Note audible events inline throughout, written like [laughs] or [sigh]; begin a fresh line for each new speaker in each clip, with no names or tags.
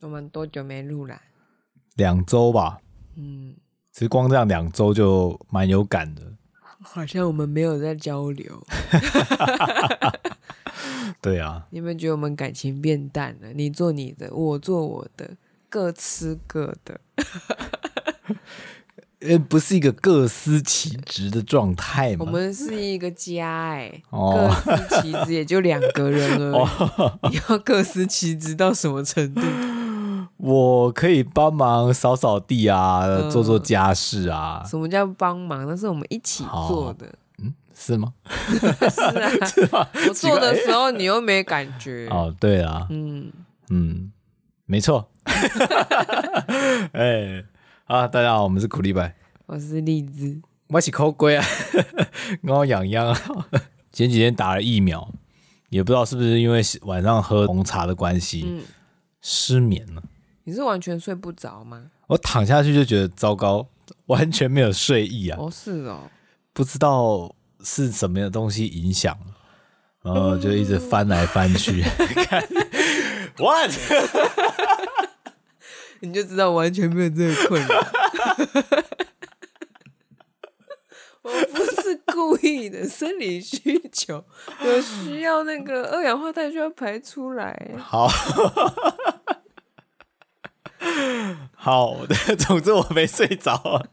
我们多久没录啊啦？
两周吧。
嗯，
其实光这样两周就蛮有感的。
好像我们没有在交流。
对啊，
你们觉得我们感情变淡了？你做你的，我做我的，各吃各的。
呃，不是一个各司其职的状态
我
嘛。
们是一个家哎、各
哦，
司其职也就两个人而已。
哦
你 [laughs] 要各司其职到什么程度？
我可以帮忙扫扫地啊，
嗯
做做家事啊，
什么叫帮忙？那是我们一起做的。
是吗？
是啊，我做的时候你又没感觉。
哦，对啊，
嗯，
嗯，没错。 [laughs] 哎，啊，大家好，我们是苦力白，
我是荔枝。
我是抠 [laughs] 龟啊，我痒痒啊。前几天打了疫苗，也不知道是不是因为晚上喝红茶的关系，
嗯，
失眠了。
你是完全睡不着吗？
我躺下去就觉得糟糕，完全没有睡意啊，
哦，是哦。
不知道是什么样的东西影响了，然后
嗯
就一直翻来
[laughs]
翻去。看 What？
你就知道完全没有这个困扰。我不是故意的，生理需求有需要那个二氧化碳需要排出来。 [laughs]
好。好 [laughs] 的，总之我没睡着啊。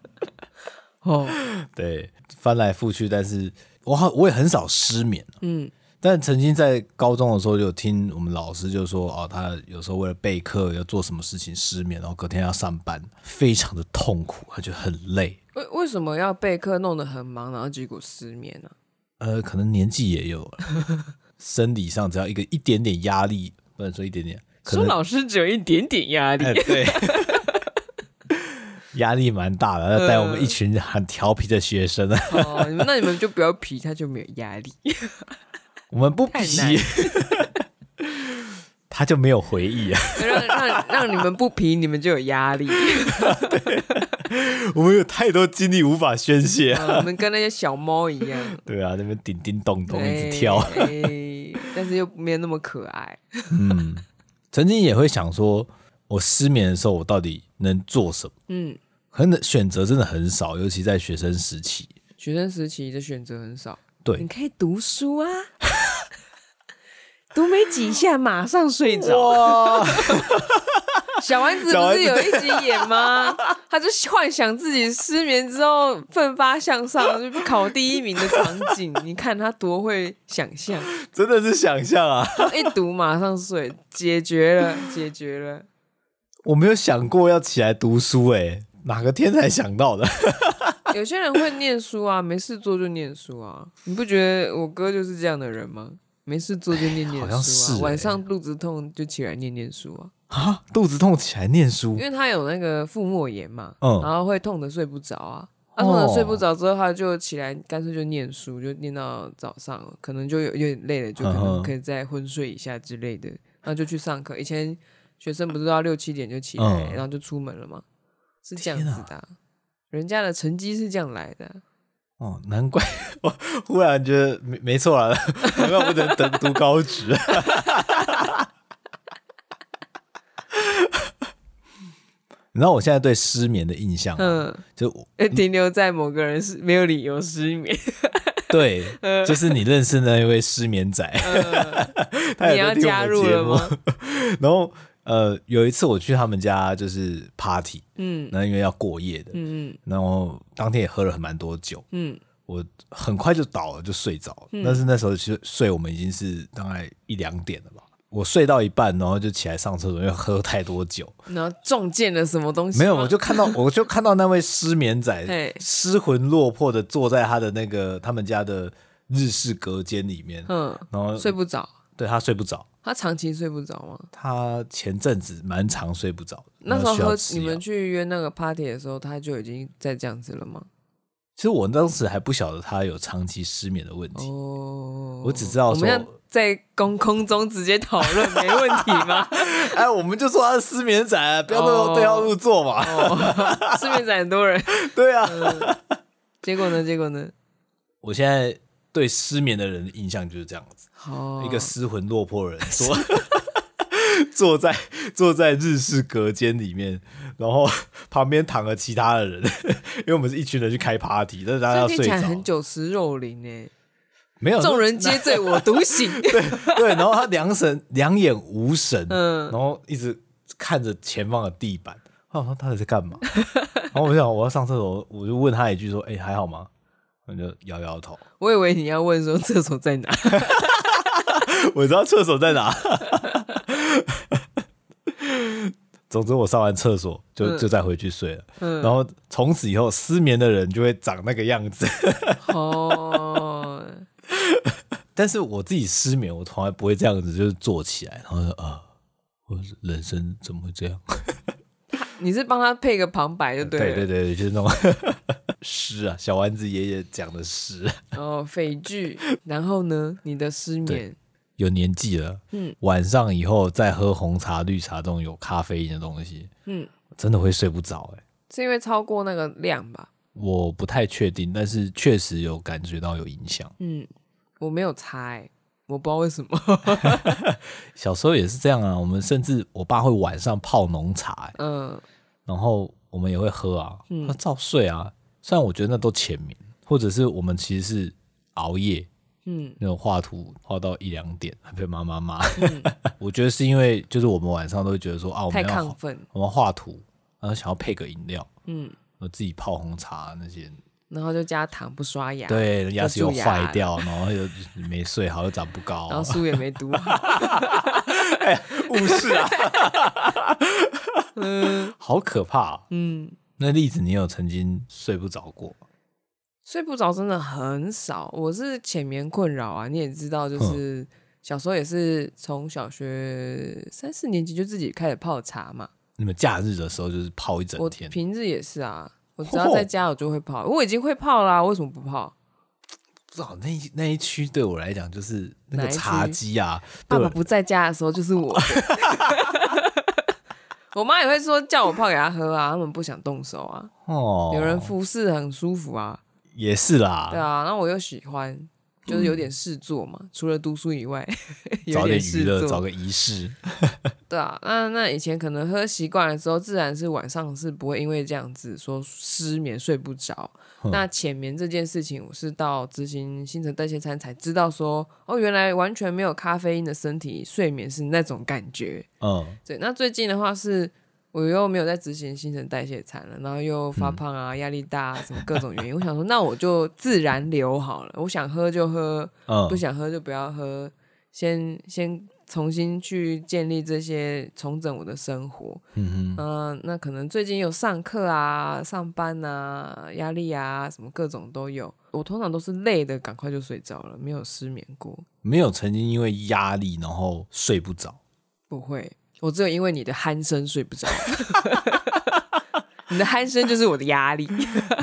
哦，
对，翻来覆去，但是我好我也很少失眠、啊
嗯
但曾经在高中的时候，有听我们老师就说，哦，他有时候为了备课要做什么事情失眠，然后隔天要上班，非常的痛苦，他觉得很累。
为为什么要备课弄得很忙，然后结果失眠呢、
呃，可能年纪也有了，生理上只要一个一点点压力，不能说一点点，可
说
能
老师只有一点点压力
哎、，对， [laughs] 压力蛮大的，
呃
要带我们一群很调皮的学生啊，
哦，你们那你们就不要皮，他就没有压 [laughs] 力。
我们不
太
皮
难，
[laughs] 他就没有回忆啊。
让让让你们不皮，你们就有压 [laughs] 力。
[laughs] 我们有太多精力无法宣泄啊、
哦我们跟那些小猫一样，
[laughs] 对啊，那边叮叮咚咚一直跳。
哎哎但是又没有那么可爱。
嗯，曾经也会想说，我失眠的时候，我到底能做什么？
嗯，
可能选择真的很少，尤其在学生时期。
学生时期的选择很少，你
对，
可以读书啊， [laughs] 读没几下马上睡着。
哇，
小丸子不是有一集演
[laughs]
吗？他就幻想自己失眠之后奋发向上，就考第一名的场
[laughs]
景。你看他多会想象，
[laughs] 真的是想象啊！
一读马上睡，解决了，解决了。
我没有想过要起来读书、欸，哎，哪个天才想到的？
有些人会念书啊，没事做就念书啊。你不觉得我哥就是这样的人吗？没事做就念念
好
书
像
啊，
是欸
晚上肚子痛就起来念念书啊，
啊，肚子痛起来念书
因，为他有那个腹膜炎嘛，
嗯
然后会痛的睡不着啊。他
哦
痛的睡不着之后，他就起来，干脆就念书，就念到早上，可能就有有点累了，就可
嗯
能
哼
可以再昏睡一下之类的，然后就去上课。以前学生不是都要六七点就起来，
嗯
然后就出门了吗？是这样
天
子的啊、人家的成绩是这样来的啊、
哦，难怪我忽然觉得没没错啊，难怪我只能等读高职。 [laughs] 你知道我现在对失眠的印象、啊，
嗯。
就我
呃，停留在某个人是没有理由失眠，
对，
嗯
就是你认识那一位失眠仔，他
嗯你
也
要
在听
加
我
入
们节
了
目。
吗？
然后呃，有一次我去他们家就是 party，
嗯
那因为要过夜的，
嗯
然后当天也喝了很蛮多酒，
嗯
我很快就倒了，就睡着了。但是那时候其实睡我们已经是大概一两点了吧。我睡到一半，然后就起来上厕所，因为喝太多酒。
嗯，然后撞见了什么东西吗？
没有，我就看到，我就看到那位失眠
嘿
仔失魂落魄的坐在他的那个他们家的日式隔间里面，
嗯
然后
睡不着，
对他睡不着，
他长期睡不着吗？
他前阵子蛮常睡不着的，
那时
然
候
后需要
喝
吃
你
药
们去约那个 party 的时候，他就已经在这样子了吗？
其实我当时还不晓得他有长期失眠的问题，
哦，
我只知道
我们
说
要在公空中直接讨论，没问题
[laughs]
吗？
[laughs] 哎，我们就说他是失眠仔啊，不要对
哦
对号入座嘛。 [laughs]
哦，失眠仔很多人，
对啊，
结果呢？结果呢？
我现在对
哦
失眠的人的印象就是这样子，
好， [laughs]
一个失魂落魄的人说坐在坐在日式隔间里面，然后旁边躺了其他的人，因为我们是一群人去开 party，但是大
这
家要
听
睡
起
着
来，很酒池肉林哎、
没有
众人皆醉我独
[laughs]
醒。
对，然后他两神两眼无神，
嗯
然后一直看着前方的地板。我想说他到底在干嘛？ [laughs] 然后我想我要上厕所，我就问他一句说：“哎、还好吗？”他就摇摇头。
我以为你要问说厕所在哪，
我知道厕所在哪。总之，我上完厕所就
嗯
就再回去睡了。
嗯
然后从此以后，失眠的人就会长那个样子。 [laughs]
哦，
但是我自己失眠，我从来不会这样子，就是坐起来，然后说啊，我人生怎么会这样？ [laughs]
你是帮他配个旁白就对了。
对对对，就是那种 [laughs] 诗啊，小丸子爷爷讲的诗。
哦，匪剧，然后呢，你的失眠，
有年纪了，
嗯，
晚上以后再喝红茶、绿茶这种有咖啡因的东西，
嗯，
真的会睡不着哎、
是因为超过那个量吧？
我不太确定，但是确实有感觉到有影响。
嗯，我没有欸猜、我不知道为什么。
小时候也是这样啊，我们甚至我爸会晚上泡浓茶、欸，
嗯，
然后我们也会喝啊，那照睡啊。虽然我觉得那都浅眠，或者是我们其实是熬夜，
嗯，
那种画图画到一两点还被妈妈骂。 [laughs] 我觉得是因为就是我们晚上都会觉得说啊，我
嗯太
们要
亢
画
奋，
我们画图，然后想要配个饮料，
嗯，
我自己泡红茶啊那些，
然后就加糖不刷牙，，
对，牙齿又
蛀牙
坏掉，然后又没睡好，又长不高
然，后书也没
[laughs]
读好，
误事啊，好可怕啊、
嗯，
那例子你有曾经睡不着过吗？
睡不着真的很少。我是浅眠困扰啊，你也知道，
嗯
就是小时候也是从小学三四年级就自己开始泡茶嘛，
你们假日的时候就是泡一整
我
天，哦
平日也是啊。我只要在家，我就会泡。我已经会泡啦、为什么不泡？
不知道那一那一区对我来讲就是那
哪
个
一区
茶几啊，
爸
对
爸
我，
不在家的时候就是我。 [laughs] 我妈也会说叫我泡给她喝啊，他们不想动手啊。
哦，
有人服侍很舒服啊，
也是啦，
对啊。然后我又喜欢，就是有点事做嘛，除了读书以
[laughs]
外，有
嗯找点娱
事
乐，找
做。
个仪式，
对啊，那那以前可能喝习惯了之后，自然是晚上是不会因为这样子说失眠睡不着。
嗯
那浅眠这件事情，我是到执行新陈代谢餐才知道说，哦，原来完全没有咖啡因的身体睡眠是那种感觉。
嗯，
对，那最近的话是我又没有在执行新陈代谢餐了，然后又发
嗯
胖啊、压力大啊，什么各种原因，我想说那我就自然流好了，我想喝就喝，
嗯
不，想喝就不要喝，先先重新去建立这些重整我的生活。
嗯哼，
嗯、那可能最近有上课啊、上班啊、压力啊，什么各种都有。我通常都是累的，赶快就睡着了，没有失眠过，
没有曾经因为压力然后睡不着，
不会。我只有因为你的鼾声睡不着， [laughs] 你的鼾声就是我的压力。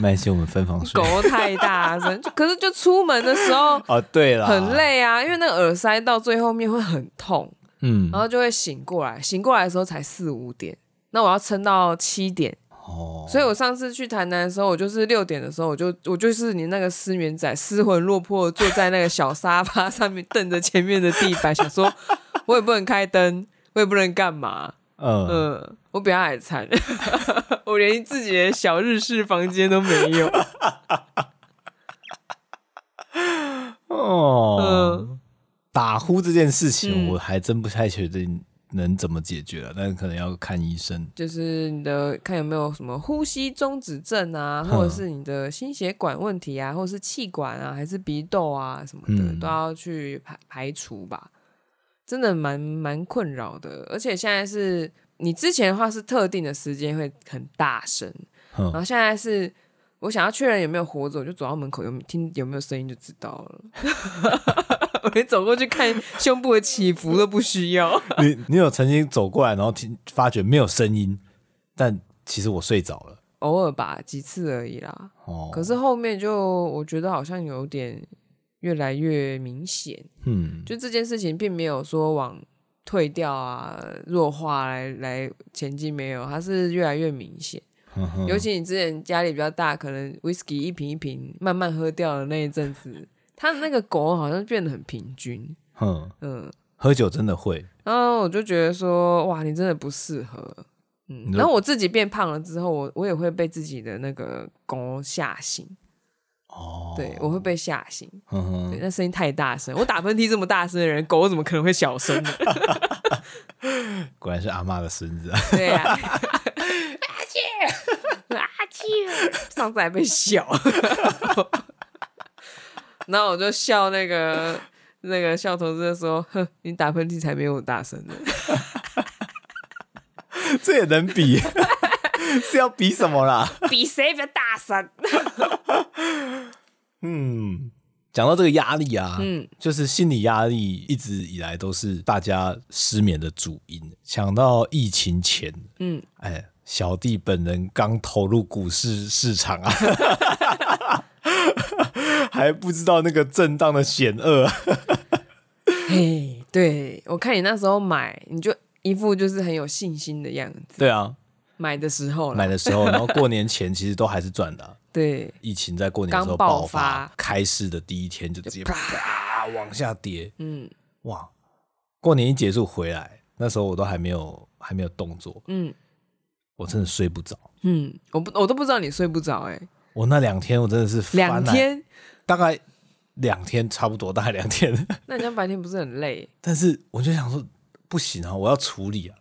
那些我们分房
[laughs]
睡
狗太大声，就可是就出门的时候
啊，对啦，
很，累啊，因为那个耳塞到最后面会很痛。
嗯
然，后就会醒过来，醒过来的时候才四五点，那我要撑到七点，
哦，
所以我上次去台南的时候，我就是六点的时候，我就我就是你那个失眠仔，失魂落魄地坐在那个小沙发上面，瞪着前面的地板，想说 [laughs] 我也不能开灯，我也不能干嘛，
嗯，
嗯，我比他还惨， [laughs] 我连自己的小日式房间都没有，
哦
嗯，
打呼这件事情
嗯
我还真不太确定能怎么解决了，但是可能要看医生。
就是你的看有没有什么呼吸中止症啊，或者是你的心血管问题啊，或者是气管啊，还是鼻窦啊什么的，
嗯
都要去排排除吧。真的蛮蛮困扰的，而且现在是你之前的话是特定的时间会很大声，然
嗯，
后现在是我想要确认有没有活着，我就走到门口有没有听有没有声音就知道了。 [laughs] 我连走过去看胸部的起伏都不需要。
你你有曾经走过来，然后听发觉没有声音，但其实我睡着了。
偶尔吧，几次而已啦。
哦，
可是后面就我觉得好像有点越来越明显，
嗯，
就这件事情并没有说往退掉啊、弱化来来前进，没有，它是越来越明显。
哼哼
尤其你之前家里比较大，可能 whisky 一瓶一瓶慢慢喝掉的那一阵子，它的那个狗好像变得很平均，
哼
嗯，
喝酒真的会，
然后我就觉得说，哇，你真的不适合。嗯，
你说
然后我自己变胖了之后，我我也会被自己的那个弓吓醒，
哦，
对我会被吓醒。
嗯哼，
对，那声音太大声，我打喷嚏这么大声的人，狗怎么可能会小声呢？
果然是阿嬷的孙子啊， [laughs]
对呀、啊，阿姐，阿姐，上次还被笑， [laughs] 然后我就笑那个那个笑同志说：“哼，你打喷嚏才没有我大声呢。
这也能比？ [laughs] 是要比什么啦？”
[laughs] 比谁比较大声？
嗯，讲到这个压力啊，
嗯
就是心理压力一直以来都是大家失眠的主因。想到疫情前，
嗯，
哎，小弟本人刚投入股市市场啊， [laughs] 还不知道那个震荡的险恶啊。
嘿，对我看你那时候买，你就一副就是很有信心的样子。
对啊，
买的时候
[laughs] 买
啦，
的时候，然后过年前其实都还是赚的啊、
对，
疫情在过年的时候
刚爆
爆发，
发
开市的第一天就直接啪往下跌，
嗯
哇！过年一结束回来，那时候我都还没有还没有动作，
嗯
我真的睡不着。
嗯，我不我都不知道你睡不着哎、
我那两天我真的是翻来
两，天，
大概两天差不多，大概两天。 [laughs]
那你这样白天不是很累？
但是我就想说，不行啊，我要处理啊。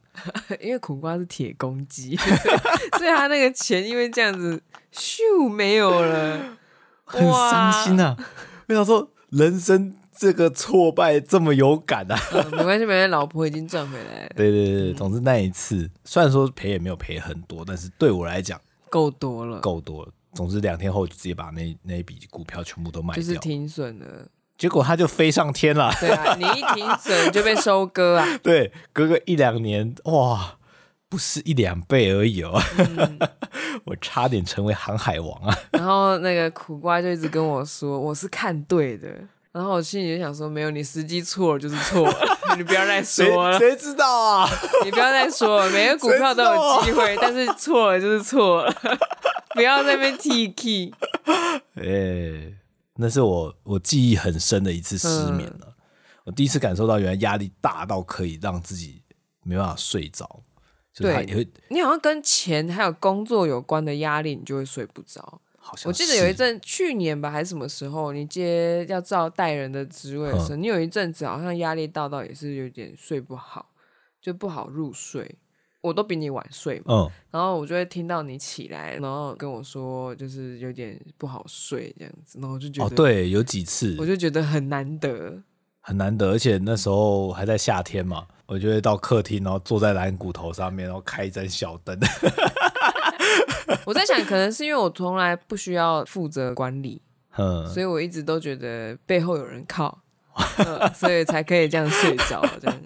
因为苦瓜是铁公鸡， [laughs] 所以他那个钱因为这样子咻没有了，
[laughs] 很伤心
啊！
啊！ [laughs] 我想说，人生这个挫败这么有感啊！ [laughs]
嗯没关系，没关系，老婆已经赚回来了，
对对对对，总之那一次虽然说赔也没有赔很多，但是对我来讲
够多了，
够多了。总之两天后我就直接把那那一笔股票全部都卖
就是
掉，
停损了。
结果它就飞上天了。
对啊，你一停损就被收割啊！
[laughs] 对，隔个一两年，哇，不是一两倍而已哦，
嗯
[laughs] 我差点成为航海王
[laughs]
啊！
然后那个苦瓜就一直跟我说我是看对的，然后我心里就想说没有，你时机错了就是错了， [laughs] 你不要再
谁
说了，
谁知道啊？ [laughs]
你不要再说了，每个股票都有机会，但是错了就是错了， [laughs] 不要在那边 T K。
哎、那是我我记忆很深的一次失眠
嗯
了。我第一次感受到，原来压力大到可以让自己没办法睡着，就是它
对
也会
你好像跟钱还有工作有关的压力，你就会睡不着。
好像
我记得有一
是
阵，去年吧还是什么时候，你接要照带人的职位的时候，你有一阵子好像压力大到也是有点睡不好，就不好入睡。我都比你晚睡嘛，
嗯，
然后我就会听到你起来，然后跟我说就是有点不好睡这样子，然后我就觉
哦，
得，
对，有几次
我就觉得很难得。
很难得，而且那时候还在夏天嘛，我就会到客厅，然后坐在蓝骨头上面，然后开一盏小灯， [laughs]
我在想，可能是因为我从来不需要负责管理，
嗯，
所以我一直都觉得背后有人靠，嗯所以才可以这样睡着，这样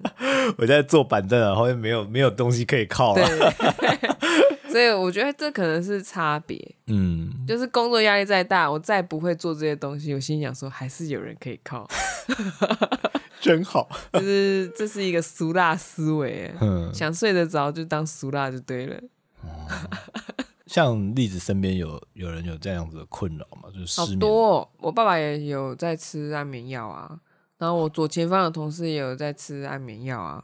我在坐板凳，啊然后又没有没有东西可以靠啊了、
对。 [laughs] 所以我觉得这可能是差别，
嗯，
就是工作压力再大，我再不会做这些东西，我心里想说还是有人可以靠，
真好，
就是这是一个俗辣思维，
[laughs] 嗯，
想睡得着就当俗辣就对了，
像栗子身边有有人有这样子的困扰嘛，就是
好
失眠，
多、哦。我爸爸也有在吃安眠药啊，然后我左前方的同事也有在吃安眠药啊，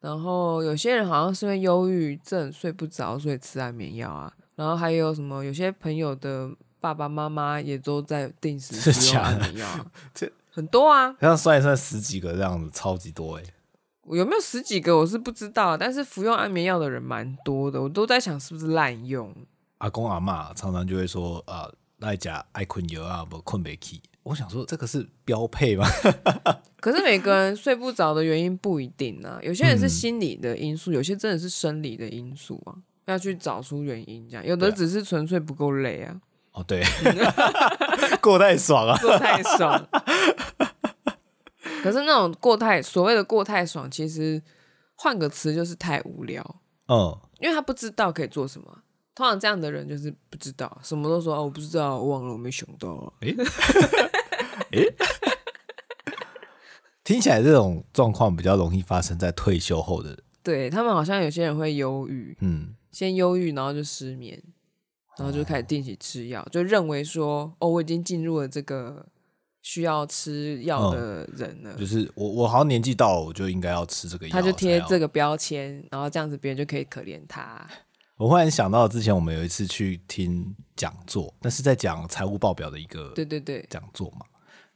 然后有些人好像是因为忧郁症睡不着，所以吃安眠药啊，然后还有什么有些朋友的爸爸妈妈也都在定时
真的
服用
假
安
的，
眠药、啊
[laughs] 这
很多啊。
这样算一算十几个这样子，超级多哎、
有没有十几个我是不知道，但是服用安眠药的人蛮多的，我都在想是不是滥用。
阿公阿妈常常就会说啊，爱家爱困油啊，不困没起。我想说这个是标配吗？ [laughs]
可是每个人睡不着的原因不一定
[laughs]
啊，有些人是
嗯
心理的因素，有些真的是生理的因素啊，要去找出原因。这样，有的
对啊
只是纯粹不够累啊，[laughs]
哦，对，过太爽啊，
过太爽。 [laughs] 可是那种过太所谓的过太爽，其实换个词就是太无聊，
嗯，
因为他不知道可以做什么啊。通常这样的人就是不知道，什么都说哦，我不知道，我忘了，我没想到啊、
听起来这种状况比较容易发生在退休后的人，
对他们好像有些人会忧郁，
嗯，
先忧郁，然后就失眠，然后就开始定期吃药，就认为说，哦，我已经进入了这个需要吃药的人了。
嗯就是我我好像年纪到了，我就应该要吃这个药。
他就贴这。个标签，然后这样子别人就可以可怜
[laughs]
他。
我忽然想到之前我们有一次去听讲座，那是在讲财务报表的一个
对对
[laughs]
对，
讲座嘛。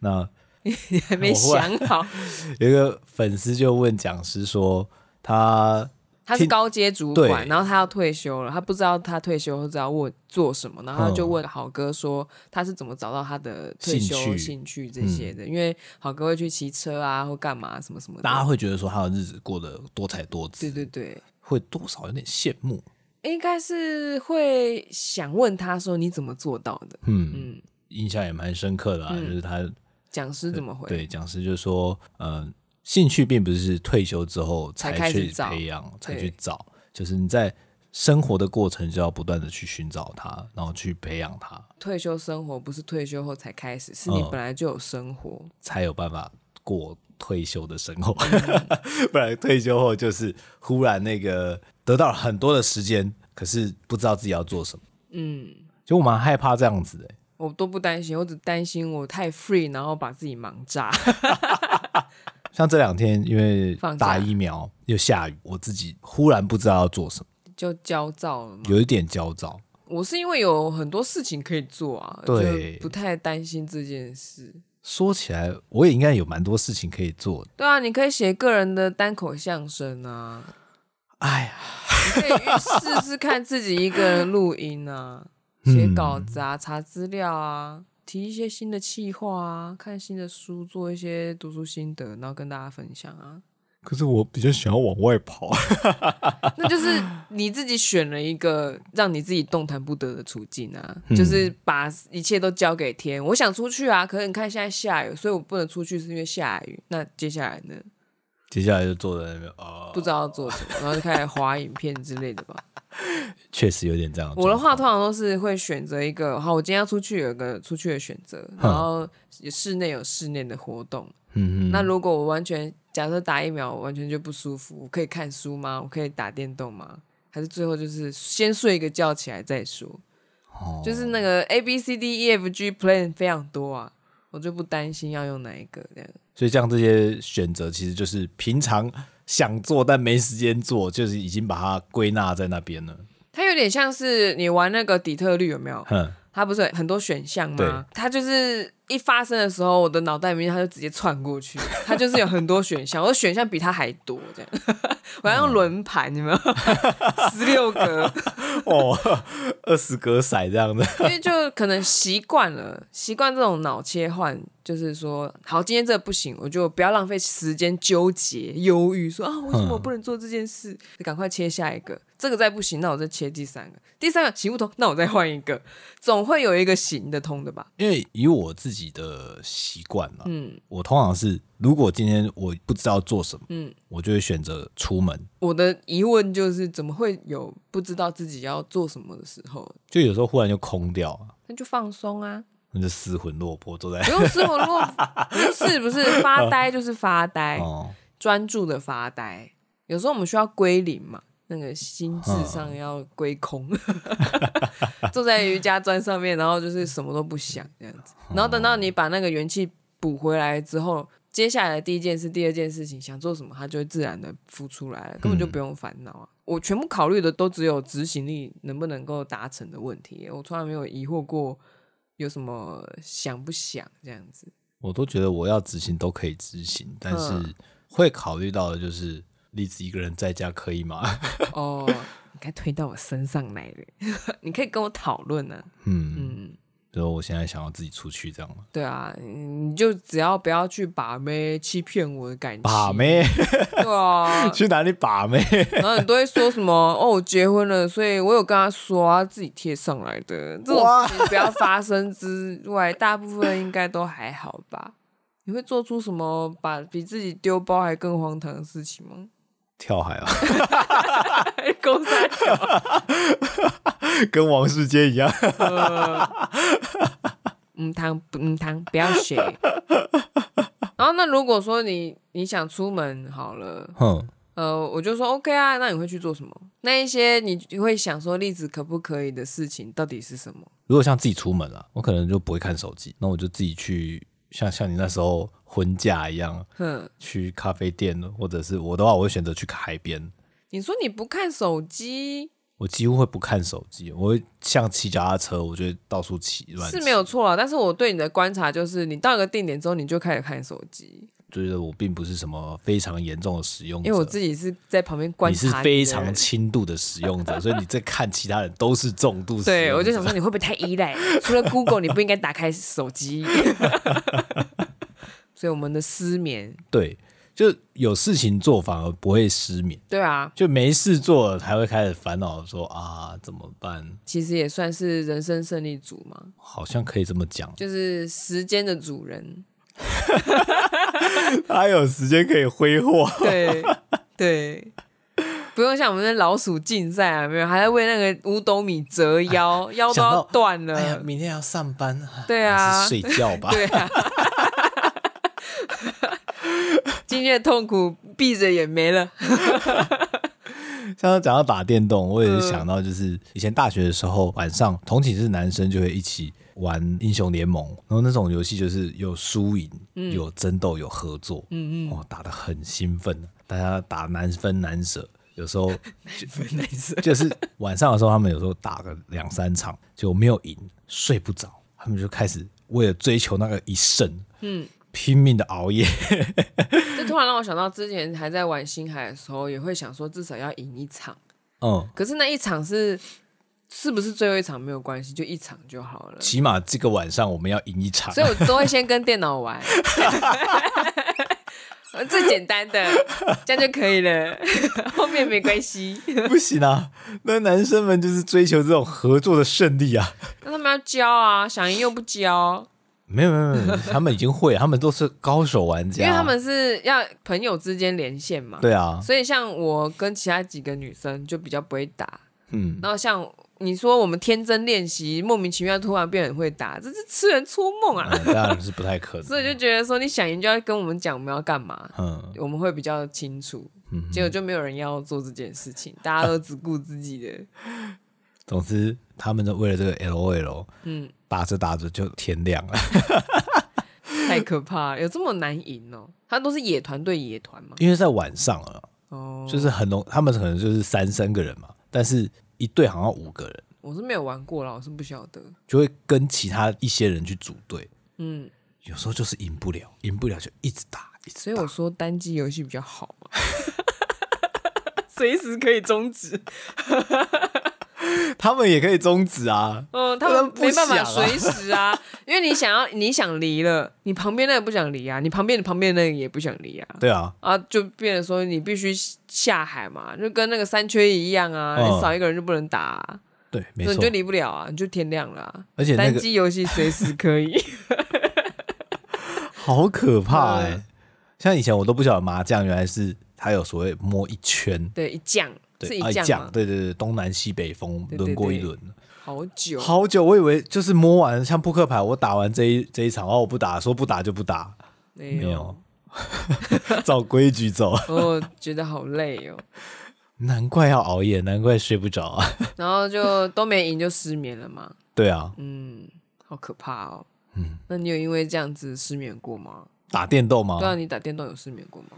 那
你还没
我忽
想
然
好，
[laughs] 有一个粉丝就问讲师说，他
他是
听
高阶主管，
对
然后他要退休了，他不知道他退休后知道我做什么，然后他就问好哥说他是怎么找到他的退休
嗯兴趣嗯
兴趣这些的，因为好哥会去骑车啊或干嘛什么什么
大家
的，
会觉得说他的日子过得多才多姿，
对对对，
会多少有点羡慕。
应该是会想问他说你怎么做到的？
嗯，
嗯，
印象也蛮深刻的啊，就是他
讲师怎么回？
对讲师就说，呃，兴趣并不是退休之后
才开始
去
找
培养、才
对
去找，就是你在生活的过程就要不断的去寻找它，然后去培养它，
退休生活不是退休后才开始，是你
嗯
本来就有生活。
才有办法过退休的生活。 [laughs] 不然退休后就是忽然那个得到了很多的时间，可是不知道自己要做什么。
嗯，
就我蛮害怕这样子的、
我都不担心，我只担心我太 free，然后把自己忙炸。 [laughs]
像这两天因为
放假
打疫苗又下雨，我自己忽然不知道要做什么，
就焦躁了嘛。
有一点焦躁。
我是因为有很多事情可以做啊，
对
就不太担心这件事。
说起来，我也应该有蛮多事情可以做的。
对啊，你可以写个人的单口相声啊，
哎呀，
你可以去试试看自己一个人录音啊，写稿子啊，查资料啊，提一些新的企划啊，看新的书，做一些读书心得，然后跟大家分享啊。
可是我比较想要往外跑。
那就是你自己选了一个让你自己动弹不得的处境啊，就是把一切都交给天。我想出去啊，可是你看现在下雨，所以我不能出去，是因为下雨。那接下来呢？
[laughs] 接下来就坐在那边，呃，
不知道要做什么，然后就开始划影片之类的吧。
确实有点这样。
我的话通常都是会选择一个，好，我今天要出去有一个出去的选择，然后室内有室内的活动。
嗯
那如果我完全假设打疫苗，我完全就不舒服，我可以看书吗？我可以打电动吗？还是最后就是先睡一个觉起来再说？
哼，
就是那个 A B C D E F G plan 非常多啊，我就不担心要用哪一个这样。
所以这样这些选择其实就是平常想做但没时间做，就是已经把它归纳在那边了。
它有点像是你玩那个底特律有没有？
哼，
它不是有很多选项吗
对？
它就是一发生的时候，我的脑袋里面它就直接窜过去，它就是有很多选项，我的选项比它还多这样。 [laughs] 我要用轮盘，你们十六个，
哦，二十格骰这样的，
因为就可能习惯了，习惯这种脑切换，就是说，好，今天这个不行，我就不要浪费时间纠结、忧郁，说啊，为什么我不能做这件事？就赶快切下一个，这个再不行，那我再切第三个，第三个行不通，那我再换一个， [laughs] 总会有一个行得通的吧？
因为以我自己的习惯啦，
嗯，
我通常是如果今天我不知道做什么，
嗯
我就会选择出门。
我的疑问就是，怎么会有不知道自己要做什么的时候？
就有时候忽然就空掉啊，
那就放松啊，
那就失魂落魄坐在
不用失魂落， [laughs] 不是不是发呆就是发呆，
哦，
专注的发呆。有时候我们需要归零嘛，那个心智上要归空， [laughs] 坐在瑜伽砖上面，然后就是什么都不想这样子。然后等到你把那个元气补回来之后，接下来的第一件事、第二件事情想做什么，它就会自然的浮出来了，根本就不用烦恼啊。我全部考虑的都只有执行力能不能够达成的问题，我从来没有疑惑过有什么想不想这样子。
我都觉得我要执行都可以执行，但是会考虑到的就是栗子一个人在家可以吗？ [laughs]
哦，你该推到我身上来了， [laughs] 你可以跟我讨论呢。
嗯，
嗯，
所以我现在想要自己出去这样嘛。
对啊，你就只要不要去把妹欺骗我的感情，
把，妹，
对啊
[laughs] 去哪里把妹？
然后你都会说什么 [laughs] 哦，我结婚了，所以我有跟他说啊，自己贴上来的这种事情不要发生之外，大部分应该都还好吧。你会做出什么把比自己丢包还更荒唐的事情吗？ [laughs]
跳海啊，
公三小
[laughs] 跟王世坚一样。
嗯汤嗯汤，不要学。 [laughs] 然后那如果说你你想出门好了，
哼，
呃，我就说 OK 啊，那你会去做什么？那一些你你会想说例子可不可以的事情到底是什么？
如果像自己出门啊，我可能就不会看手机，那我就自己去像像你那时候婚假一样，
哼，
去咖啡店，或者是我的话，我会选择去海边。
你说你不看手机
我几乎会不看手机，我会像骑脚踏车，我就会到处骑乱骑。
是没有错了，啊但是我对你的观察就是，你到一个定点之后，你就开始看手机，
觉得我并不是什么非常严重的使用者，
因为我自己是在旁边观
你
察
是
的
非
人
常轻度的使用者，所以你在看其他人都是重度使用
对，
者。
我就想说你会不会太依赖？ [laughs] 除了 Google，你不应该打开手机。 [laughs] 所以我们的失眠，
对，就有事情做反而不会失眠，
对啊，
就没事做了才会开始烦恼说啊怎么办？
其实也算是人生胜利组嘛，
好像可以这么讲，
就是时间的主人。
他有时间可以挥霍。
对对，不用像我们那老鼠竞赛啊，没有还在为那个五斗米折腰，腰都
哎想
要
到
断了。
哎呀，明天要上班，
对啊
还是睡觉
[laughs]
吧。
对啊，今天的痛苦闭着眼没了。
刚刚讲到打电动，我也是想到就是以前大学的时候，晚上同寝室男生就会一起玩英雄联盟，然后那种游戏就是有输赢、有争斗、有合作，嗯嗯嗯，哦，打得很兴奋，大家打难分难舍，有时 [laughs] 候就是晚上的时候，他们有时候打个两三场就没有赢，睡不着，他们就开始为了追求那个一胜，嗯，拼命的熬夜，
这突然让我想到之前还在玩星海的时候，也会想说至少要赢一场，
嗯，
可是那一场是是不是最后一场没有关系，就一场就好了。
起码这个晚上我们要赢一场，
所以我都会先跟电脑玩， [laughs] 最简单的，这样就可以了，后面没关系。
[laughs] 不行啊，那男生们就是追求这种合作的胜利啊。
那他们要教啊，想赢又不教，
没有没有没有，他们已经会，他们都是高手玩家，
因为他们是要朋友之间连线嘛。
对啊，
所以像我跟其他几个女生就比较不会打， [laughs]
嗯，
然后像你说我们天真练习，莫名其妙突然变很会打，这是痴人说梦啊！
嗯当然是不太可能，
所以就觉得说你想赢就要跟我们讲我们要干嘛，
嗯
我们会比较清楚。
嗯，
结果就没有人要做这件事情，大家都只顾自己的。
总之他们都为了这个 L O L，
嗯，
打着打着就天亮了，
太可怕了，有这么难赢哦？他都是野团对野团嘛。
因为在晚上了，
哦，
就是很容，他们可能就是三三个人嘛，但是一队好像五个人，
我是没有玩过啦，我是不晓得。
就会跟其他一些人去组队，
嗯，
有时候就是赢不了，赢不了就一直打，一直
所以我说单机游戏比较好嘛， [laughs] 随时可以终止。 [laughs]
他们也可以终止啊，
嗯，他
他
们
们不
没办法
想啊
随时啊，因为你想要你想离了，你旁边那个不想离啊，你旁边的旁边那个也不想离啊，
对啊，
啊，就变得说你必须下海嘛，就跟那个三缺一一样啊，
嗯
你少一个人就不能打、啊，
对，没
所以
错
你就，离不了啊，你就天亮了、啊。
而且那
单
个
机游戏随时可
[laughs]
以，
好可怕哎、
嗯
像以前我都不晓得麻将原来是它有所谓摸一圈，
对，一降是
对，
一
啊
降
降，
吗？
对对对，东南西北风
对对
轮过一
对
轮，
好久，
好久，我以为就是摸完，像扑克牌，我打完这一这一场，哦，我不打，说不打就
[laughs]
不打，
没
没有，照规矩走，
我哦觉得好累哦，
难怪要熬夜，难怪睡不着啊。
然后就都没赢就失眠了嘛，
对啊，
嗯，好可怕哦。
嗯，
那你有因为这样子失眠过吗？
打电动吗？
对啊，你打电动有失眠过吗？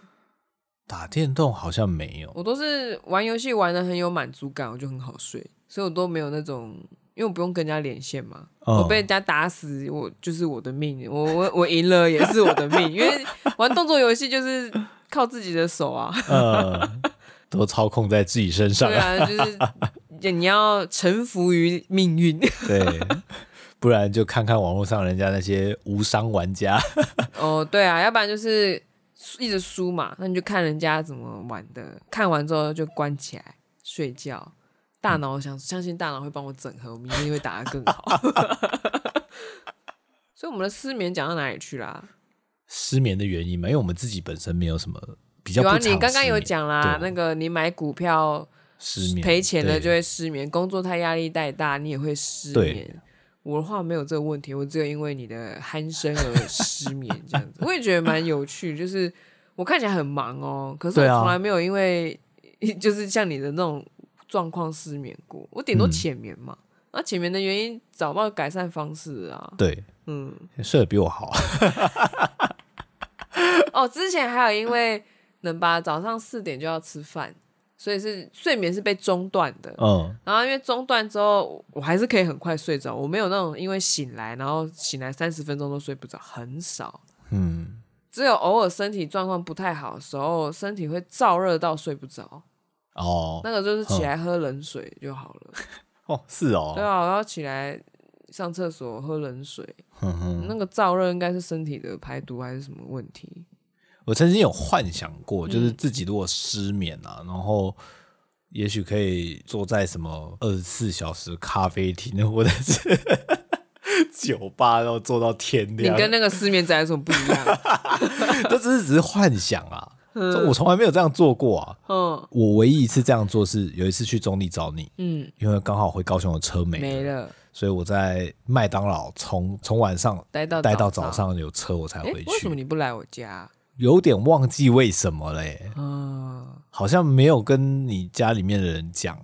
打电动好像没有，
我都是玩游戏玩的很有满足感，我就很好睡，所以我都没有那种，因为我不用跟人家连线嘛。
嗯
我被人家打死，我就是我的命，我我我赢了也是我的
[laughs]
命，因为玩动作游戏就是靠自己的手
[laughs]
啊，
呃，
[laughs]
都操控在自己身上
对，啊，就是你要臣服于命运。
[laughs] [laughs] 对，不然就看看网络上人家那些无伤玩家。
哦，对啊，要不然就是一直输嘛，那你就看人家怎么玩的，看完之后就关起来睡觉。大脑想
嗯
相信大脑会帮我整合，我明天会打得更
[laughs]
好。所以我们的失眠讲到哪里去啦？
失眠的原因嘛，因为我们自己本身没有什么比较
有
不
啊，
常
你刚刚有
失眠
讲啦，
对
那个你买股票
失眠
赔钱了就
对
会失眠，工作太压力太大，你也会失
对
眠。我的话没有这个问题，我只有因为你的鼾声而失眠这样子。我也觉得蛮有趣，就是我看起来很忙哦，可是我
对啊
从来没有因为 [laughs] 就是像你的那种状况失眠过。我顶多
嗯
浅眠嘛，那、浅眠的原因找到改善方式啊，
对，
嗯，
睡得比
[laughs]
我好。
哦，之前还有因为能吧，早上四点就要吃饭，所以是睡眠是被中断的。
嗯，
然后因为中断之后，我还是可以很快睡着，我没有那种因为醒来然后醒来三十分钟都睡不着，很少。
嗯，
只有偶尔身体状况不太好的时候，身体会燥热到睡不着，
哦
那个就是起来喝冷水就好了。
哦，是哦，
对啊，然后起来上厕所喝冷水，
哼嗯哼
那个燥热应该是身体的排毒还是什么问题？
我曾经有幻想过，
嗯
就是自己如果失眠啊，然后也许可以坐在什么二十四小时咖啡厅或者是 [laughs] 酒吧，然后坐到天
你
亮。
跟那个失眠仔有什么不一
[laughs]
样？
这只是只是幻想啊，这我从来没有这样做过啊。
嗯
我唯一一次这样做是有一次去中立找你，
嗯，
因为刚好回高雄的车没
没
了，
了，
所以我在麦当劳从从晚上
待到
待到
早
早上有车我才
哎，
回
为什么
去，
你不来我家？
有点忘记为什么嘞、
嗯，
好像没有跟你家里面的人讲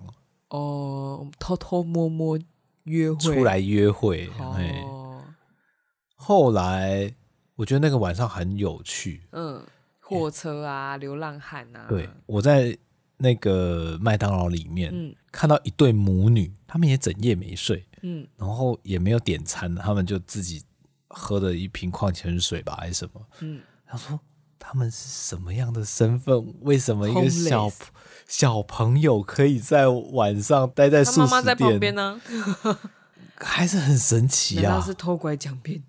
哦，偷偷摸摸约会
出来约会。嘿
哦，
后来我觉得那个晚上很有趣。
嗯，货车啊，流浪汉啊，
对，我在那个麦当劳里面、
嗯
看到一对母女，他们也整夜没睡，
嗯
然后也没有点餐，他们就自己喝了一瓶矿泉水吧，还是什么。
嗯，
他说他们是什么样的身份？为什么一个
Homeless
小小朋友可以在晚上待在
他
素
妈妈
食
在旁边
店，
呢，
还是很神奇
难道
啊！
是偷拐抢骗？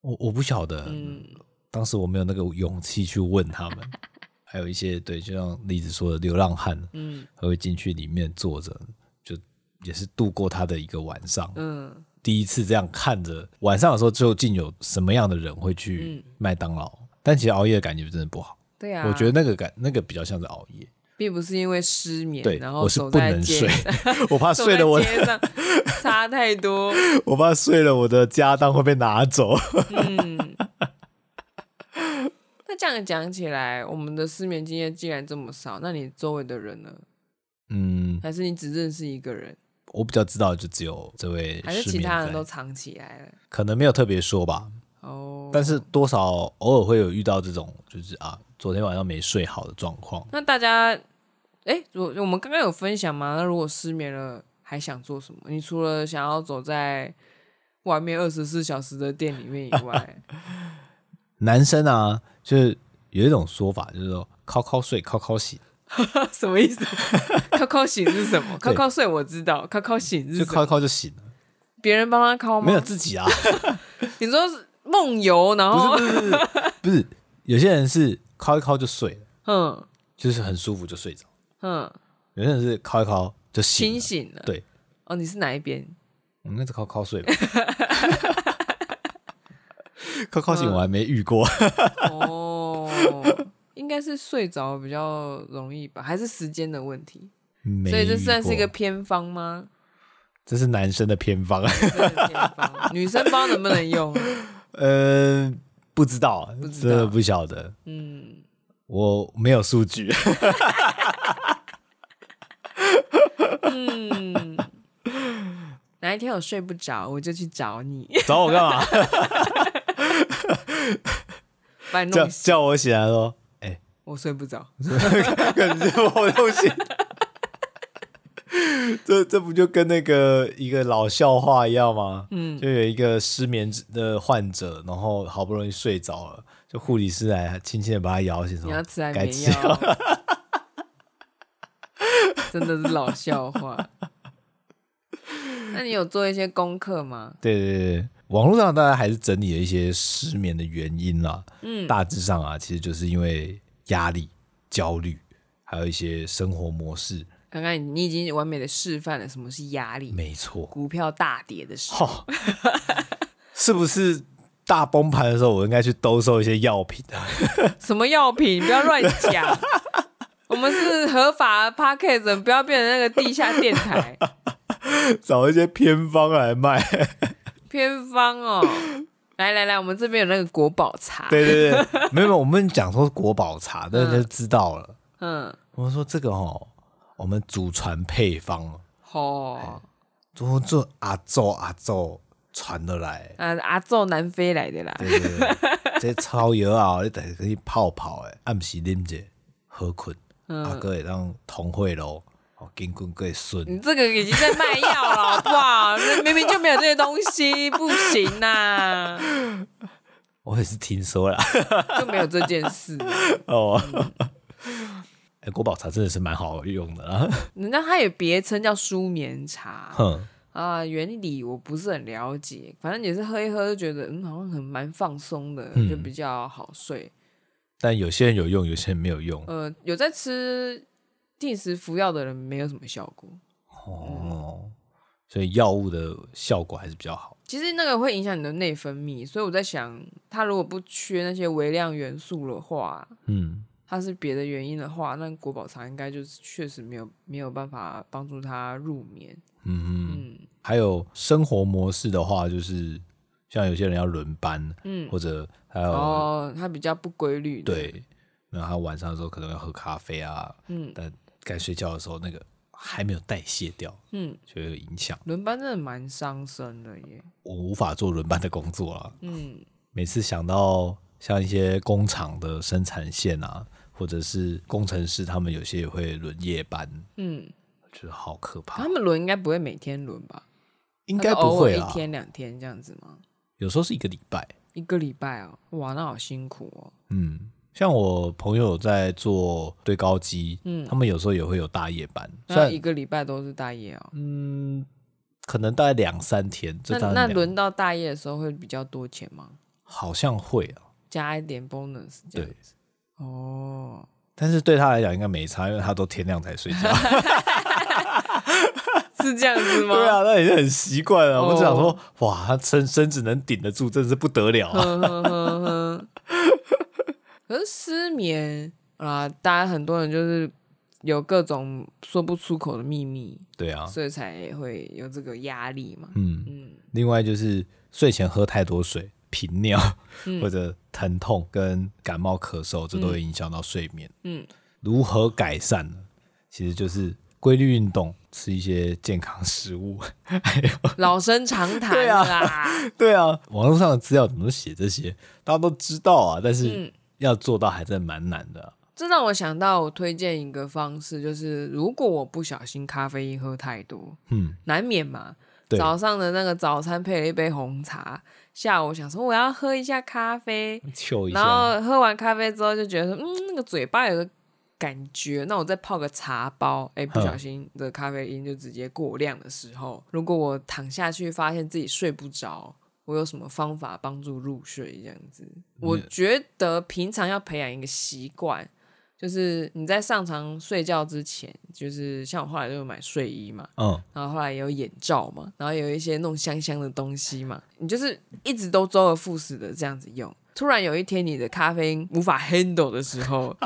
我我不晓得，
嗯
当时我没有那个勇气去问
[laughs]
他们。还有一些对，就像栗子说的，流浪汉
嗯
还会进去里面坐着，就也是度过他的一个晚上。
嗯
第一次这样看着晚上的时候，究竟有什么样的人会去麦当劳？但其实熬夜的感觉真的不好，
嗯对啊，
我觉得那个感那个比较像是熬夜。
并不是因为失眠，
对，
然后
我是
走
不
在
能
街
睡，我
[laughs]
怕
走
睡了我
在
[laughs]
街上差太多。
我怕睡了我的家当会被拿走。
嗯，那这样讲起来，我们的失眠经验既然这么少，那你周围的人呢？
嗯，
还是你只认识一个人，
我比较知道就只有这位
还是
失
其
眠
他人都
仔，
藏起来了？
可能没有特别说吧，
哦，
但是多少偶尔会有遇到这种，就是啊，昨天晚上没睡好的状况。
那大家，哎，我我们刚刚有分享吗？那如果失眠了，还想做什么？你除了想要走在外面二十四小时的店里面以外，
[laughs] 男生啊，就是有一种说法，就是说靠靠睡，靠靠醒，
什么意
[laughs]
思？靠靠醒是什么？靠靠睡我知道，靠靠醒是什
就靠
么
一靠就醒了，
别人帮他靠吗？
没有自己啊， [laughs]
你说是梦游，然后
不是不是不是，有些人是靠一靠就睡了，
嗯
就是很舒服就睡着；
嗯，
有些人是靠一靠就醒
清
了，
醒了。
对，
哦，你是哪一
[laughs]
边？
我们那是靠靠睡吧。 [laughs] 靠靠醒我还没遇过，
哦，应该是睡着比较容易吧，还是时间的问题？嗯
没
所以这
遇
算是一个
过
偏方吗？
这是男生的偏方，
[laughs]
[laughs]
这个偏方女生不知道能不能用啊？
呃，不知道，
知
真的
道
不晓得，
嗯，
我没有
[laughs]
数据。
哪一天我睡不着，我就去找你， [laughs]
找我干嘛？
把你
叫
弄醒。
叫我起来说，哎
我睡不着，
感觉我东西。这这不就跟那个一个老笑话一样吗？嗯，就有一个失眠的患者，然后好不容易睡着了，就护理师来轻轻的把他摇醒，说
你要吃安
该
眠
吃
药。 [laughs] 真的是老笑话。那你有做一些功课吗？
对对对对，网络上大家还是整理了一些失眠的原因啦。嗯，大致上啊，其实就是因为压力、焦虑，还有一些生活模式。
刚刚你你已经完美的示范了什么是压力，
没错，
股票大跌的时候，
哦， [laughs] 是不是大崩盘的时候，我应该去兜售一些药品啊？ [laughs]
什么药品，不要乱讲。我们是合法 p a c k a g e 不要变成那个地下电台
找一些偏方来卖？ [laughs]
偏方哦。来来来，我们这边有那个国宝茶，
对对对，没有没有，我们讲说国宝茶，但是就知道了。
嗯，
我们说这个哦，我们祖传配方，
哦，
做做阿祖阿祖传得来，
啊，阿宙南非来的啦，
对对对，这超油啊，你等下可以泡泡诶，暗时啉者好困，阿哥会当同会咯，哦，筋骨会顺。
你这个已经在卖药了，好不好？明明就没有这些东西，不行
[laughs]
呐、
我也是听说啦，
就没有这件事。
哦， [laughs] 哎，国宝茶真的是蛮好用的啦，
那它有别称叫舒眠茶
哼，
啊、原理我不是很了解，反正也是喝一喝就觉得，嗯，好像很蛮放松的，
嗯
就比较好睡。
但有些人有用，有些人没有用。
呃，有在吃定时服药的人没有什么效果。
哦，所以药物的效果还是比较好。
其实那个会影响你的内分泌，所以我在想，它如果不缺那些微量元素的话，
嗯，
它是别的原因的话，那国宝茶应该就是确实没有没有办法帮助他入眠。
嗯，还有生活模式的话，就是像有些人要轮班，
嗯
或者还有、
哦，它比较不规律。，
对，然后他晚上的时候可能要喝咖啡啊，
嗯
但该睡觉的时候那个还没有代谢掉，
嗯，
就会有影响。
轮班真的蛮伤身的耶。
我无法做轮班的工作了。
嗯，
每次想到像一些工厂的生产线啊，或者是工程师，他们有些也会轮夜班，
嗯，
就是好可怕
他。们轮应该不会每天轮吧？
应该不会
他们
啊
偶
啦
尔一，天两天这样子吗？
有时候是一个礼拜。
一个礼拜哦，哇，那好辛苦哦。
嗯，像我朋友在做堆高机，
嗯
他们有时候也会有大夜班，虽
那
然
一个礼拜都是大夜哦。
嗯，可能大概两三天，这
那
当
那
然两
轮到大夜的时候会比较多钱吗？
好像会啊，
加一点 bonus 这样
对。
哦，
但是对他来讲应该没差，因为他都天亮才睡觉。
[laughs]
[laughs]
是这样子吗？
[laughs] 对啊，那也是很习惯啊。我就想说
哦，
哇，他身身子能顶得住，真是不得了啊。
呵呵呵呵。可是失眠啊，大家很多人就是有各种说不出口的秘密，
对啊，
所以才会有这个压力嘛。
嗯， [laughs]
嗯
另外就是睡前喝太多水、频尿、
嗯
或者疼痛跟感冒、咳嗽，这都会影响到睡眠。
嗯，
如何改善呢？其实就是规律运动，吃一些健康食
[laughs]
物。还有，
老生常谈
对啊
啦。
对啊，网络上的资料怎么都写这些，大家都知道啊，但是
嗯
要做到还真的蛮难的啊、
这让我想到，我推荐一个方式，就是如果我不小心咖啡因喝太多，
嗯，
难免嘛。
对
早上的那个早餐配了一杯红茶，下午想说我要喝一下咖啡，
求嗯一
然
下，
后喝完咖啡之后就觉得说，嗯，那个嘴巴有个感觉，那我再泡个茶包，哎，不小心的咖啡因就直接过量的时候，如果我躺下去发现自己睡不着，我有什么方法帮助入睡？这样子，我觉得平常要培养一个习惯。就是你在上床睡觉之前，就是像我后来就有买睡衣嘛，
嗯，
然后后来也有眼罩嘛，然后有一些那种香香的东西嘛，你就是一直都周而复始的这样子用。突然有一天你的咖啡因无法 handle 的时候，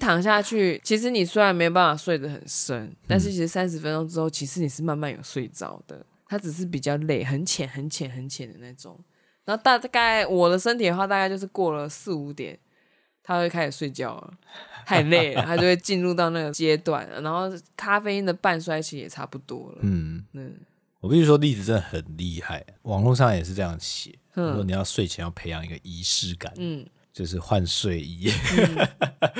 躺下去，其实你虽然没办法睡得很深，但是其实三十分钟之后，其实你是慢慢有睡着的，它只是比较累，很浅、很浅、很浅的那种。然后大大概我的身体的话，大概就是过了四五点，他会开始睡觉了，太累了，他就会进入到那个阶段。然后咖啡因的半衰期也差不多了，
嗯。
嗯，
我必须说，例子真的很厉害，网络上也是这样写。
嗯
说你要睡前要培养一个仪式感，
嗯
就是换睡衣， [laughs]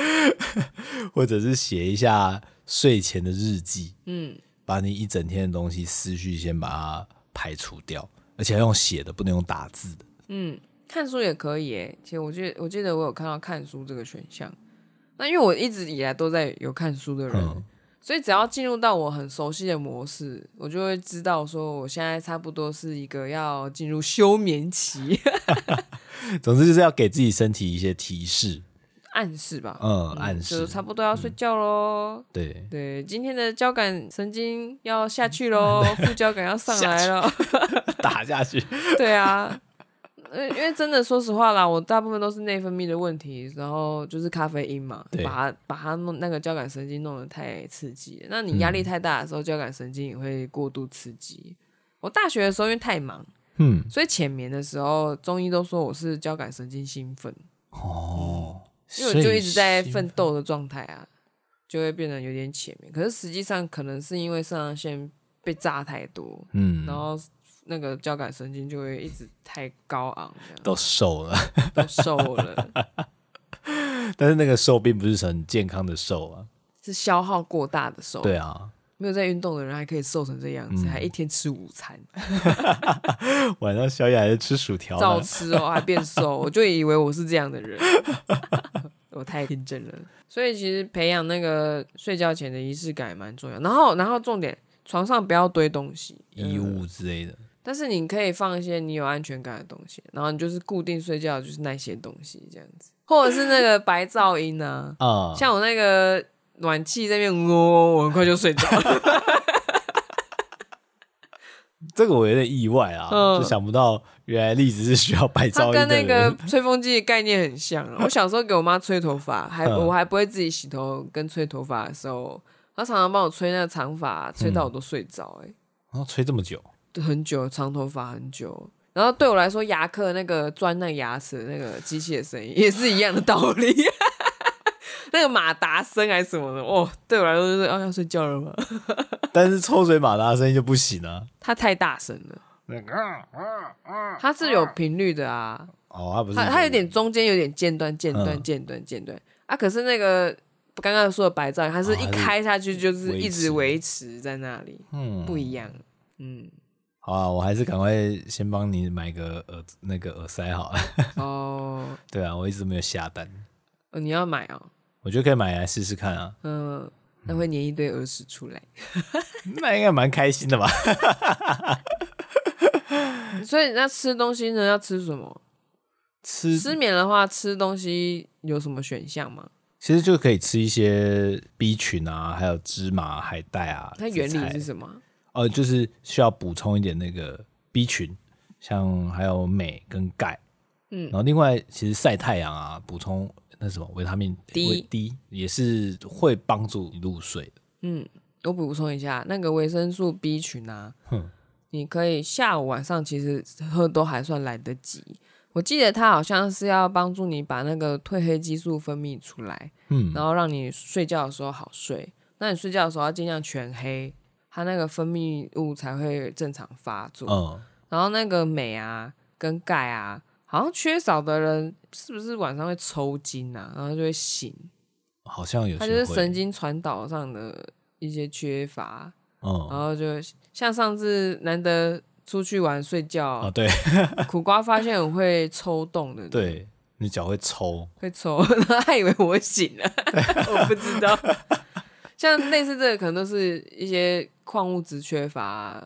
或者是写一下睡前的日记，
嗯，
把你一整天的东西思绪先把它排除掉，而且要用写的，不能用打字的。
嗯，看书也可以诶。其实我记得我记得我有看到看书这个选项，那因为我一直以来都在有看书的人，
嗯
所以只要进入到我很熟悉的模式，我就会知道说我现在差不多是一个要进入休眠期
总之就是要给自己身体一些提示，
暗示吧，
嗯，
嗯
暗
就
示，嗯
差不多要睡觉喽。
对， [laughs]
对，今天的交感神经要下去喽，
嗯
副交感要上来了。
打
[laughs]
下去。
对啊，呃，因为真的说实话啦，我大部分都是内分泌的问题，然后就是咖啡因嘛，
对
把它把它弄那个交感神经弄得太刺激了。那你压力太大的时候，交感神经也会过度刺激。我大学的时候因为太忙，
嗯，
所以浅眠的时候，中医都说我是交感神经兴奋，
哦，
因为我就一直在
睡醒
奋斗的状态啊，就会变得有点浅眠。可是实际上可能是因为肾上腺被炸太多，
嗯，
然后那个交感神经就会一直太高昂，这样
都瘦了， [laughs]
都瘦了，
但是那个瘦并不是很健康的瘦啊。
是消耗过大的瘦。
对啊，嗯
没有在运动的人还可以瘦成这样子，还一天吃午餐，
晚上宵夜还是吃薯条
照
呢。
吃哦，还变瘦，我就以为我是这样的人， [laughs] 我太天真了。所以其实培养那个睡觉前的仪式感也蛮重要。然后，然后重点，床上不要堆东西，
衣
嗯
物之类的，
但是你可以放一些你有安全感的东西，然后你就是固定睡觉就是那些东西这样子，或者是那个白噪音啊，
啊、
像我那个暖气这边，嗡，我很快就睡着了。
这个我有点意外啊，
嗯
就想不到原来栗子是需要白
它
噪
跟
音
那
的人。 [laughs]
个吹风机的概念很像啊。我小时候给我妈吹头发，还
嗯
我还不会自己洗头跟吹头发的时候，她常常帮我吹那个长发，啊吹
嗯
到我都睡着、欸，
然后哦吹这么久，
很久长头发很久。然后对我来说，牙科那个钻那牙齿的那个机器的声音也是一样的道理， [laughs] 那个马达声还是什么的，哦，对我来说就是哦要睡觉了吗？ [laughs]
但是抽水马达的声音就不行啊。
它太大声了，
那个啊啊啊
它是有频率的啊，
哦，它不是
它它有点中间有点间断间断
嗯
间断间断啊，可是那个刚刚说的白噪音，它是
哦
一
它是
开下去就是
维
一直
持
维持在那里，
嗯
不一样，嗯，
好啊，我还是赶快先帮你买个耳那个耳塞好了。 [laughs]
哦，
对啊，我一直没有下单，
哦你要买哦，
我觉得可以买来试试看啊，
嗯，那会粘一堆耳屎出来。
那应该蛮开心的吧？
所以那吃东西呢，要吃什么？
吃
失眠的话，吃东西有什么选项吗？
其实就可以吃一些 B 群啊，还有芝麻、海带啊。
它原理是
么？
什么？
呃，就是需要补充一点那个 B 群，像还有镁跟钙。
嗯
然后另外其实晒太阳啊，补充那什么维他命
D
维 D 也是会帮助你入睡的。
我补充一下，那个维生素 B 群啊
哼，
你可以下午晚上其实喝都还算来得及。我记得它好像是要帮助你把那个褪黑激素分泌出来，
嗯，
然后让你睡觉的时候好睡。那你睡觉的时候要尽量全黑，它那个分泌物才会正常发作。
嗯，
然后那个镁啊跟钙啊，好像缺少的人是不是晚上会抽筋啊？然后就会醒，
好像有些
它就是
会
神，经传导上的一些缺乏，然
嗯，
后就像上次难得出去玩睡
啊，
觉，
对
苦瓜发现我会抽动的，，
对，你脚会抽，
会抽， [laughs] 然后他以为我醒了， [laughs] 我不知道。 [laughs] 像类似这个，可能都是一些矿物质缺乏、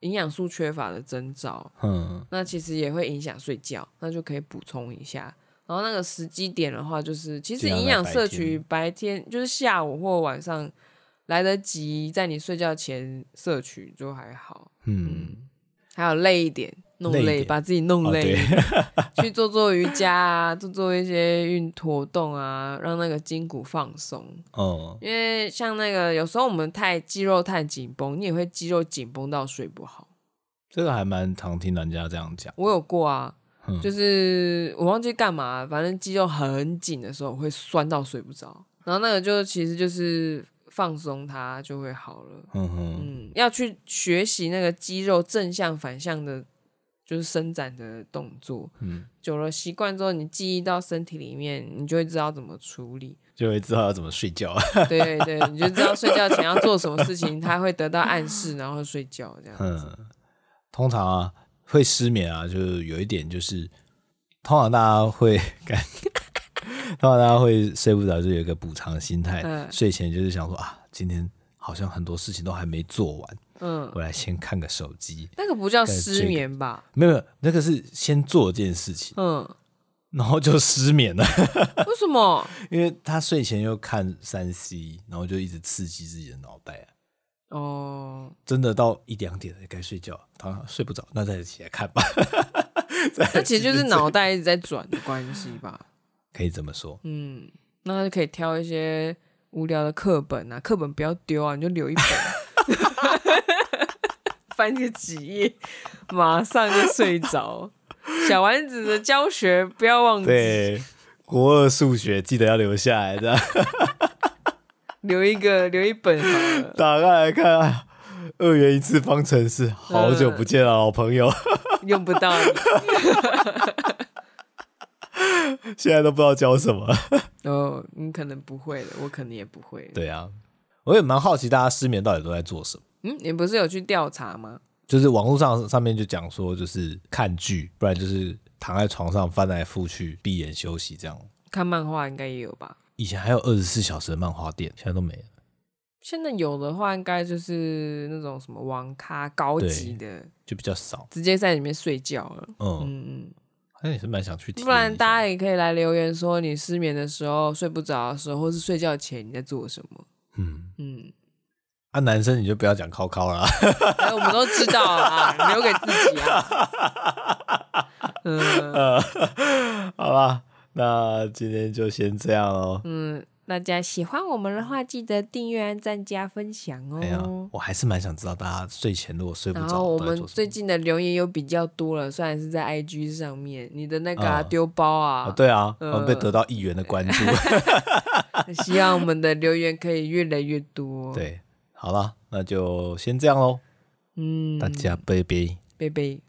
营养素缺乏的征兆。
嗯，
那其实也会影响睡觉，那就可以补充一下。然后那个时机点的话，就是其实
尽量
营
在
养
白
摄取白天就是下午或晚上来得及，在你睡觉前摄取就还好。
嗯，
还有累一点，弄
累一
累，
点
把自己弄
哦
累一
对 [laughs]
点，去做做瑜伽啊，做做一些运活动啊，让那个筋骨放松。
嗯，
因为像那个有时候我们太肌肉太紧绷，你也会肌肉紧绷到睡不好。
这个还蛮常听人家这样讲，
我有过啊，
嗯
就是我忘记干嘛，反正肌肉很紧的时候会酸到睡不着，然后那个就其实就是放松它就会好了。
嗯哼，
嗯，要去学习那个肌肉正向反向的，就是伸展的动作。
嗯，
久了习惯之后，你记忆到身体里面，你就会知道怎么处理。 [laughs]
就会知道要怎么睡觉。
对对，你就知道睡觉前要做什么事情，它会得到暗示，然后睡觉这
[laughs]
样。
嗯，通常啊会失眠啊，就是有一点就是，通常大家会感，通常大家会睡不着，就有一个补偿心态，
嗯
睡前就是想说啊，今天好像很多事情都还没做完，
嗯，
我来先看个手机。
那个不叫
对这
失
个
眠吧？
没有，没有那个是先做这件事情，
嗯，
然后就失眠了，
为什么？
因为他睡前又看三 C，然后就一直刺激自己的脑袋、啊。
哦，
真的到一两点该睡觉，他睡不着，那再起来看吧。
那其实就是脑袋一直在转的关系吧。
可以这么说，
嗯，那他就可以挑一些无聊的课本啊，课本不要丢啊，你就留一本，啊 [laughs] 翻个几页，马上就睡着。小丸子的教学不要忘记，
对，国二数学记得要留下
[laughs]
来的，
留一个留一本好了。
打开来看，二元一次方程式，好久不见了，老朋友， [laughs]
用不到你。
现在都不知道教什么。
哦，你可能不会的，我可能也不会。
对啊，我也蛮好奇大家失眠到底都在做什么。
嗯，你不是有去调查吗？
就是网络上上面就讲说，就是看剧，不然就是躺在床上翻来覆去，闭眼休息这样。
看漫画应该也有吧？
以前还有二十四小时的漫画店，现在都没了。
现在有的话，应该就是那种什么网咖高级的，
就比较少。
直接在里面睡觉了。
嗯，
嗯，
好像也是蛮想去体验
不
一下。
然大家也可以来留言说，你失眠的时候、睡不着的时候，或是睡觉前你在做什么？
嗯，
嗯，
啊，男生你就不要讲靠靠啦，
[laughs] 哎，我们都知道啊，留给自己啊。嗯
好吧？那今天就先这样哦喽。
嗯， [laughs] 大家喜欢我们的话，记得订阅、按赞、加分享
哎呀
哦，。
我还是蛮想知道大家睡前如果睡不
然
着，
后我
都在
们
做什么
最近的留言有比较多了，虽然是在 IG 上面，你的那个啊
嗯
丢、包
啊，
啊，
对啊，
呃
我们被得到议员的关
[laughs]
注。
希望我们的留言可以越来越多。，
对，好了，那就先这样喽，
嗯，
大家拜拜。
贝贝。